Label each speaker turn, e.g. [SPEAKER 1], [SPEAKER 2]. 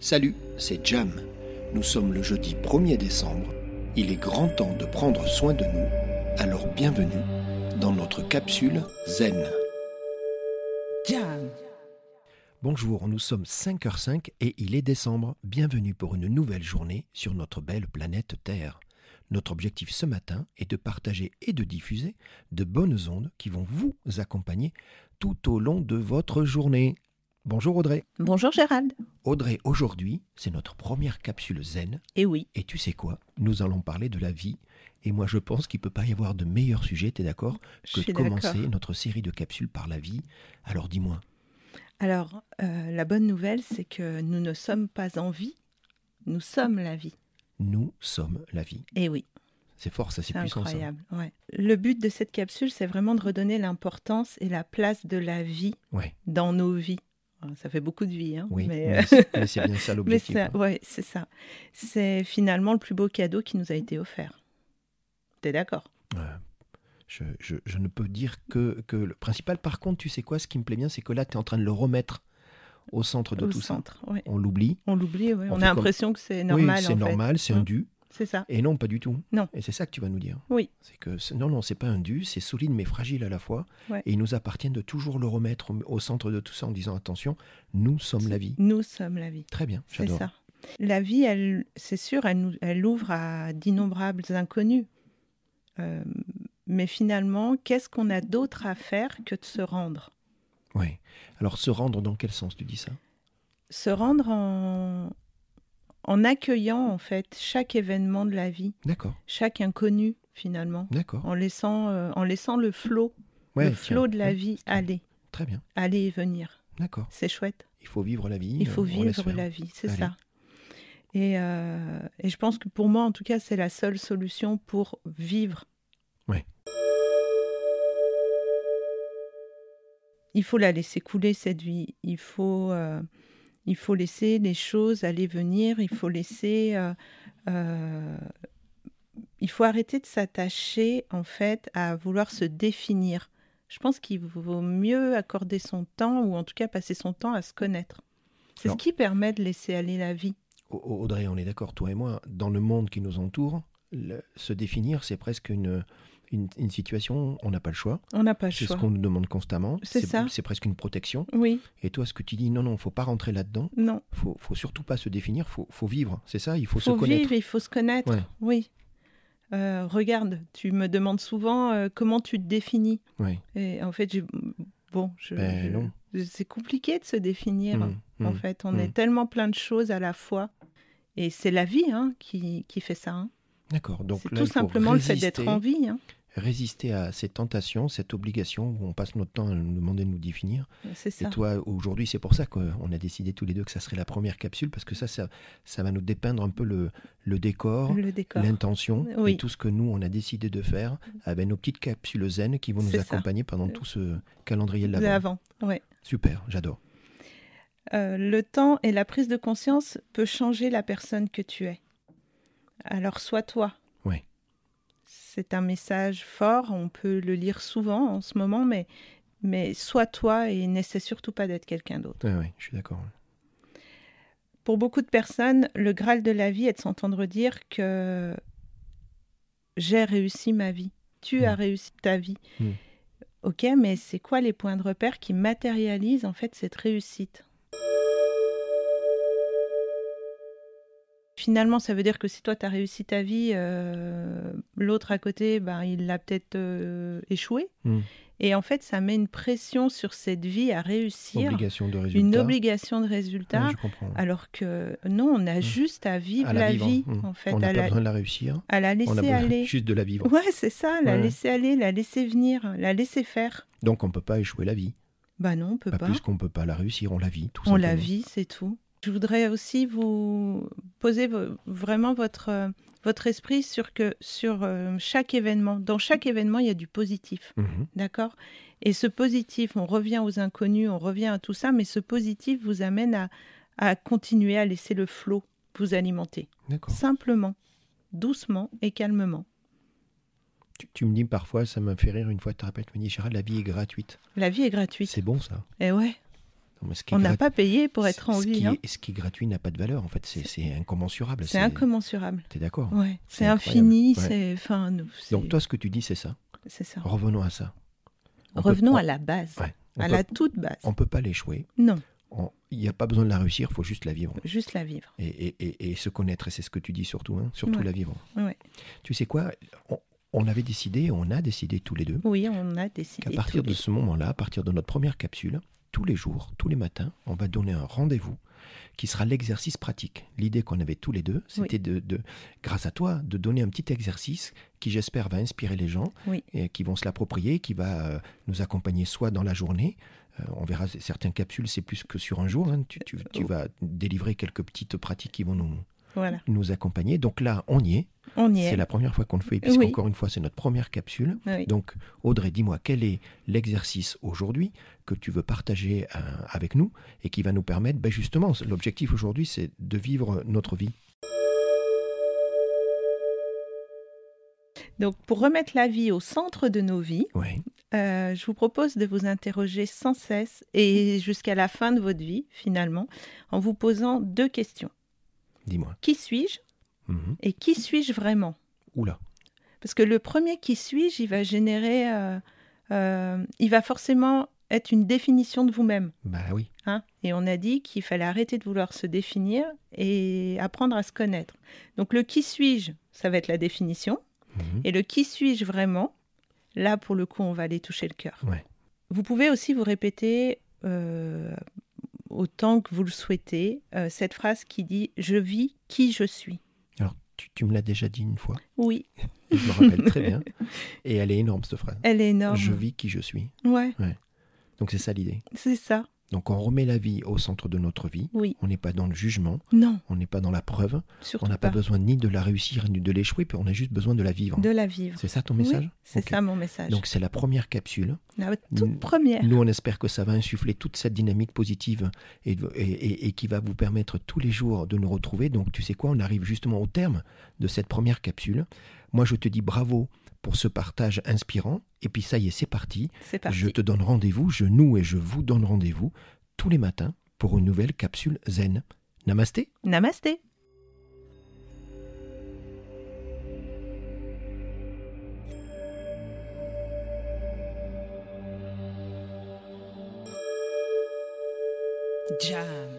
[SPEAKER 1] Salut, c'est Jam. Nous sommes le jeudi 1er décembre. Il est grand temps de prendre soin de nous. Alors bienvenue dans notre capsule Zen.
[SPEAKER 2] Jam.
[SPEAKER 1] Bonjour, nous sommes 5h05 et il est décembre. Bienvenue pour une nouvelle journée sur notre belle planète Terre. Notre objectif ce matin est de partager et de diffuser de bonnes ondes qui vont vous accompagner tout au long de votre journée. Bonjour Audrey.
[SPEAKER 2] Bonjour Gérald.
[SPEAKER 1] Audrey, aujourd'hui, c'est notre première capsule zen.
[SPEAKER 2] Et Eh oui,
[SPEAKER 1] Et tu sais quoi Nous allons parler de la vie. Et moi, je pense qu'il ne peut pas y avoir de meilleur sujet, t'es d'accord,
[SPEAKER 2] je
[SPEAKER 1] que de
[SPEAKER 2] suis d'accord.
[SPEAKER 1] commencer notre série de capsules par la vie. Alors dis-moi,
[SPEAKER 2] Alors, euh, la bonne nouvelle, c'est que nous ne sommes pas en vie, nous sommes la vie.
[SPEAKER 1] nous sommes la vie.
[SPEAKER 2] Et oui,
[SPEAKER 1] C'est fort, ça, c'est
[SPEAKER 2] c'est
[SPEAKER 1] puissant ça.
[SPEAKER 2] incroyable. ouais. Le but de cette capsule, c'est vraiment de redonner l'importance et la place de la vie
[SPEAKER 1] Ouais,
[SPEAKER 2] dans nos vies. Alors, ça fait beaucoup de vie, hein,
[SPEAKER 1] oui,
[SPEAKER 2] mais,
[SPEAKER 1] mais,
[SPEAKER 2] euh,
[SPEAKER 1] c'est- mais c'est bien ça
[SPEAKER 2] mais
[SPEAKER 1] l'objectif.
[SPEAKER 2] ça,
[SPEAKER 1] hein.
[SPEAKER 2] ouais, c'est ça. C'est finalement le plus beau cadeau qui nous a été offert. T'es d'accord
[SPEAKER 1] Ouais. Je, je- je ne peux dire que, que le principal. Par contre, tu sais quoi, ce qui me plaît bien, c'est que là, tu es en train de le remettre au centre de
[SPEAKER 2] Au
[SPEAKER 1] tout
[SPEAKER 2] centre, ouais.
[SPEAKER 1] ça. On l'oublie.
[SPEAKER 2] On l'oublie, ouais.
[SPEAKER 1] On
[SPEAKER 2] on,
[SPEAKER 1] fait
[SPEAKER 2] a
[SPEAKER 1] comme-
[SPEAKER 2] l'impression que c'est normal.
[SPEAKER 1] oui, c'est
[SPEAKER 2] en fait.
[SPEAKER 1] normal, c'est un
[SPEAKER 2] Mm.
[SPEAKER 1] dû.
[SPEAKER 2] C'est ça.
[SPEAKER 1] Et non, pas du tout.
[SPEAKER 2] Non.
[SPEAKER 1] Et c'est ça que tu vas nous dire.
[SPEAKER 2] Oui.
[SPEAKER 1] C'est que c'est- non, non, c'est pas un dû, c'est solide mais fragile à la fois.
[SPEAKER 2] Ouais.
[SPEAKER 1] Et il nous appartient de toujours le remettre au, au centre de tout ça en disant attention, nous sommes la vie.
[SPEAKER 2] Nous sommes la vie.
[SPEAKER 1] Très bien,
[SPEAKER 2] C'est
[SPEAKER 1] j'adore.
[SPEAKER 2] ça. La vie, elle, c'est sûr, elle, nous- elle ouvre à d'innombrables inconnus. Euh, mais finalement, qu'est-ce qu'on a d'autre à faire que de se rendre
[SPEAKER 1] Oui. Alors se rendre dans quel sens tu dis ça
[SPEAKER 2] Se rendre en, en accueillant, en fait, chaque événement de la vie,
[SPEAKER 1] D'accord,
[SPEAKER 2] chaque inconnu, finalement,
[SPEAKER 1] d'accord.
[SPEAKER 2] en laissant, euh, en laissant le flot,
[SPEAKER 1] Ouais,
[SPEAKER 2] le
[SPEAKER 1] tiens,
[SPEAKER 2] flot de la
[SPEAKER 1] ouais,
[SPEAKER 2] vie
[SPEAKER 1] c'est bien.
[SPEAKER 2] aller,
[SPEAKER 1] Très bien,
[SPEAKER 2] aller et venir.
[SPEAKER 1] d'accord.
[SPEAKER 2] C'est chouette.
[SPEAKER 1] Il faut vivre la vie.
[SPEAKER 2] Il
[SPEAKER 1] euh,
[SPEAKER 2] faut
[SPEAKER 1] on laisse
[SPEAKER 2] vivre
[SPEAKER 1] faire.
[SPEAKER 2] la vie, c'est
[SPEAKER 1] Allez.
[SPEAKER 2] ça. Et, euh, et je pense que pour moi, en tout cas, c'est la seule solution pour vivre.
[SPEAKER 1] Ouais.
[SPEAKER 2] Il faut la laisser couler, cette vie. Il faut, euh, il faut laisser les choses aller venir. Il faut laisser. euh, euh, il faut arrêter de s'attacher, en fait, à vouloir se définir. Je pense qu'il vaut mieux accorder son temps, ou en tout cas passer son temps à se connaître. C'est ce
[SPEAKER 1] Alors-
[SPEAKER 2] qui permet de laisser aller la vie.
[SPEAKER 1] Au- au- Audrey, on est d'accord, toi et moi, dans le monde qui nous entoure, le- se définir, c'est presque une, une, une situation, on n'a pas le choix.
[SPEAKER 2] On n'a pas le
[SPEAKER 1] C'est
[SPEAKER 2] choix.
[SPEAKER 1] ce qu'on nous demande constamment.
[SPEAKER 2] C'est ça.
[SPEAKER 1] C'est presque une protection.
[SPEAKER 2] Oui,
[SPEAKER 1] Et toi, ce que tu dis, non, non, faut pas rentrer là-dedans.
[SPEAKER 2] non.
[SPEAKER 1] Faut, faut surtout pas se définir. Faut, faut vivre. C'est ça. Il faut,
[SPEAKER 2] Il
[SPEAKER 1] se
[SPEAKER 2] faut,
[SPEAKER 1] connaître.
[SPEAKER 2] vivre, il faut se connaître.
[SPEAKER 1] Ouais.
[SPEAKER 2] Oui. Euh, regarde, tu me demandes souvent euh, comment tu te définis.
[SPEAKER 1] Ouais.
[SPEAKER 2] Et en fait, j'ai- bon, je-
[SPEAKER 1] Ben,
[SPEAKER 2] je-
[SPEAKER 1] non.
[SPEAKER 2] c'est compliqué de se définir.
[SPEAKER 1] Mmh, mmh.
[SPEAKER 2] En fait, on
[SPEAKER 1] mm.
[SPEAKER 2] est tellement plein de choses à la fois. Et c'est la vie hein, qui, qui fait ça. hein.
[SPEAKER 1] D'accord. Donc
[SPEAKER 2] c'est
[SPEAKER 1] là,
[SPEAKER 2] tout
[SPEAKER 1] il faut
[SPEAKER 2] simplement le fait d'être
[SPEAKER 1] résister-
[SPEAKER 2] en vie. hein.
[SPEAKER 1] Résister à ces tentations, cette obligation où on passe notre temps à nous demander de nous définir.
[SPEAKER 2] C'est ça.
[SPEAKER 1] Et toi, aujourd'hui, c'est pour ça qu'on a décidé tous les deux que ça serait la première capsule parce que ça, ça, ça va nous dépeindre un peu le, le décor.
[SPEAKER 2] le décor.
[SPEAKER 1] L'intention et
[SPEAKER 2] Oui.
[SPEAKER 1] tout ce que nous, on a décidé de faire avec nos petites capsules zen qui vont nous
[SPEAKER 2] C'est ça. Euh,
[SPEAKER 1] accompagner pendant tout ce calendrier de l'avant.
[SPEAKER 2] L'avant. Ouais.
[SPEAKER 1] Super, j'adore.
[SPEAKER 2] Euh, le temps et la prise de conscience peut changer la personne que tu es. Alors sois toi.
[SPEAKER 1] Oui.
[SPEAKER 2] C'est un message fort, on peut le lire souvent en ce moment, mais, mais sois toi et n'essaie surtout pas d'être quelqu'un d'autre.
[SPEAKER 1] Ouais, ouais, je suis d'accord.
[SPEAKER 2] Pour beaucoup de personnes, le Graal de la vie est de s'entendre dire que j'ai réussi ma vie, tu as
[SPEAKER 1] Mm.
[SPEAKER 2] réussi ta vie.
[SPEAKER 1] Mm.
[SPEAKER 2] Ok, mais c'est quoi les points de repère qui matérialisent en fait cette réussite Finalement, ça veut dire que si toi, tu as réussi ta vie, euh, l'autre à côté, ben, il l'a peut-être euh, échoué.
[SPEAKER 1] Mm.
[SPEAKER 2] Et en fait, ça met une pression sur cette vie à réussir,
[SPEAKER 1] Obligation de résultat.
[SPEAKER 2] une obligation de
[SPEAKER 1] Ouais,
[SPEAKER 2] résultat.
[SPEAKER 1] je comprends.
[SPEAKER 2] Alors que non, on a juste à vivre
[SPEAKER 1] Mmh. À
[SPEAKER 2] la,
[SPEAKER 1] vivre,
[SPEAKER 2] vie,
[SPEAKER 1] hmm.
[SPEAKER 2] en fait,
[SPEAKER 1] On n'a
[SPEAKER 2] à
[SPEAKER 1] pas
[SPEAKER 2] la,
[SPEAKER 1] besoin de la réussir.
[SPEAKER 2] à la
[SPEAKER 1] on a
[SPEAKER 2] laisser
[SPEAKER 1] besoin
[SPEAKER 2] aller.
[SPEAKER 1] juste de la vivre.
[SPEAKER 2] Ouais, c'est ça, la
[SPEAKER 1] Ouais.
[SPEAKER 2] laisser aller, la laisser venir, la laisser faire.
[SPEAKER 1] Donc on ne peut pas échouer la vie.
[SPEAKER 2] Bah non, on peut
[SPEAKER 1] Pas,
[SPEAKER 2] pas.
[SPEAKER 1] plus qu'on ne peut pas la réussir, on la vit. Tout
[SPEAKER 2] on la
[SPEAKER 1] simplement.
[SPEAKER 2] vit, c'est tout. Je voudrais aussi vous poser vo- vraiment votre, euh, votre esprit sur, que, sur euh, chaque événement. Dans chaque événement, il y a du positif.
[SPEAKER 1] Mhm.
[SPEAKER 2] D'accord Et ce positif, on revient aux inconnus, on revient à tout ça, mais ce positif vous amène à, à continuer à laisser le flot vous alimenter.
[SPEAKER 1] D'accord.
[SPEAKER 2] Simplement, doucement et calmement.
[SPEAKER 1] Tu, tu me dis parfois, ça m'a fait rire une fois, tu te rappelles, tu me dis Gérald, la vie est gratuite.
[SPEAKER 2] La vie est gratuite.
[SPEAKER 1] C'est bon ça.
[SPEAKER 2] Et ouais,
[SPEAKER 1] Mais ce qui est
[SPEAKER 2] On n'a
[SPEAKER 1] grat-
[SPEAKER 2] pas payé pour être en
[SPEAKER 1] ce
[SPEAKER 2] vie.
[SPEAKER 1] qui
[SPEAKER 2] hein.
[SPEAKER 1] est- ce qui est gratuit n'a pas de valeur, en fait. C'est c'est incommensurable.
[SPEAKER 2] C'est incommensurable.
[SPEAKER 1] T'es d'accord
[SPEAKER 2] Ouais,
[SPEAKER 1] C'est
[SPEAKER 2] c'est
[SPEAKER 1] incroyable.
[SPEAKER 2] infini.
[SPEAKER 1] Ouais.
[SPEAKER 2] C'est enfin, nous, c'est-
[SPEAKER 1] Donc, toi, ce que tu dis, c'est ça.
[SPEAKER 2] c'est ça.
[SPEAKER 1] Revenons à ça. On peut-
[SPEAKER 2] Revenons
[SPEAKER 1] on-
[SPEAKER 2] à la base,
[SPEAKER 1] Ouais. On
[SPEAKER 2] à
[SPEAKER 1] peut-
[SPEAKER 2] la toute base.
[SPEAKER 1] On ne peut pas l'échouer.
[SPEAKER 2] Non,
[SPEAKER 1] On- Il n'y a pas besoin de la réussir, il faut juste la vivre.
[SPEAKER 2] juste la vivre.
[SPEAKER 1] Et, et- et- et se connaître, et c'est ce que tu dis surtout, hein, surtout
[SPEAKER 2] Ouais.
[SPEAKER 1] la vivre.
[SPEAKER 2] Ouais.
[SPEAKER 1] Tu sais quoi on, on avait décidé, on a décidé tous les deux,
[SPEAKER 2] Oui, on a
[SPEAKER 1] qu'à
[SPEAKER 2] décidé.
[SPEAKER 1] partir
[SPEAKER 2] tous
[SPEAKER 1] de
[SPEAKER 2] les-
[SPEAKER 1] ce moment-là, à partir de notre première capsule, tous les jours, tous les matins, on va donner un rendez-vous qui sera l'exercice pratique. L'idée qu'on avait tous les deux, c'était de, de- grâce à toi, de donner un petit exercice qui, j'espère, va inspirer les gens
[SPEAKER 2] Oui.
[SPEAKER 1] et qui vont se l'approprier, qui va euh, nous accompagner soit dans la journée. euh, on verra c- certaines capsules, c'est plus que sur un jour. hein, tu, tu- tu
[SPEAKER 2] Euh,
[SPEAKER 1] vas délivrer quelques petites pratiques qui vont nous,
[SPEAKER 2] Voilà,
[SPEAKER 1] nous accompagner. Donc là, on y est.
[SPEAKER 2] on y est. Ah
[SPEAKER 1] C'est la première fois qu'on le fait, puisqu'encore une fois, c'est notre première capsule.
[SPEAKER 2] Oui.
[SPEAKER 1] Donc, Audrey, dis-moi, quel est l'exercice aujourd'hui que tu veux partager euh, avec nous et qui va nous permettre, ben justement, c'est- l'objectif aujourd'hui, c'est de vivre notre vie.
[SPEAKER 2] Donc, pour remettre la vie au centre de nos vies,
[SPEAKER 1] Oui,
[SPEAKER 2] euh, je vous propose de vous interroger sans cesse et jusqu'à la fin de votre vie, finalement, en vous posant deux questions.
[SPEAKER 1] dis-moi.
[SPEAKER 2] Qui suis-je
[SPEAKER 1] Mhm.
[SPEAKER 2] et qui suis-je vraiment
[SPEAKER 1] Oula,
[SPEAKER 2] Parce que le premier qui suis-je, il va générer, euh, euh, il va forcément être une définition de vous-même.
[SPEAKER 1] bah oui,
[SPEAKER 2] hein. et on a dit qu'il fallait arrêter de vouloir se définir et apprendre à se connaître. Donc le qui suis-je, ça va être la définition.
[SPEAKER 1] Mhm.
[SPEAKER 2] Et le qui suis-je vraiment, là pour le coup, on va aller toucher le cœur.
[SPEAKER 1] Ouais.
[SPEAKER 2] Vous pouvez aussi vous répéter euh, autant que vous le souhaitez euh, cette phrase qui dit Je vis qui je suis.
[SPEAKER 1] tu, tu me l'as déjà dit une fois,
[SPEAKER 2] Oui,
[SPEAKER 1] je me rappelle très bien. Et elle est énorme, cette phrase.
[SPEAKER 2] elle est énorme.
[SPEAKER 1] Je vis qui je suis.
[SPEAKER 2] Ouais,
[SPEAKER 1] Donc, c'est ça l'idée.
[SPEAKER 2] c'est ça.
[SPEAKER 1] Donc, on remet la vie au centre de notre vie.
[SPEAKER 2] Oui.
[SPEAKER 1] On n'est pas dans le jugement,
[SPEAKER 2] Non,
[SPEAKER 1] on n'est pas dans la preuve,
[SPEAKER 2] surtout
[SPEAKER 1] on n'a pas besoin ni de la réussir ni de l'échouer, puis on a juste besoin de la vivre.
[SPEAKER 2] de la vivre.
[SPEAKER 1] C'est ça ton
[SPEAKER 2] Oui,
[SPEAKER 1] message
[SPEAKER 2] c'est
[SPEAKER 1] Ok.
[SPEAKER 2] ça mon message.
[SPEAKER 1] Donc c'est la première capsule.
[SPEAKER 2] la
[SPEAKER 1] nous-
[SPEAKER 2] toute première.
[SPEAKER 1] Nous, on espère que ça va insuffler toute cette dynamique positive et, et- et- et qui va vous permettre tous les jours de nous retrouver. Donc tu sais quoi, on arrive justement au terme de cette première capsule. Moi, je te dis bravo pour ce partage inspirant. Et puis ça y est, c'est parti.
[SPEAKER 2] C'est parti.
[SPEAKER 1] Je te donne rendez-vous, je nous et je vous donne rendez-vous tous les matins pour une nouvelle capsule zen. Namasté
[SPEAKER 2] Namasté.
[SPEAKER 3] Jam.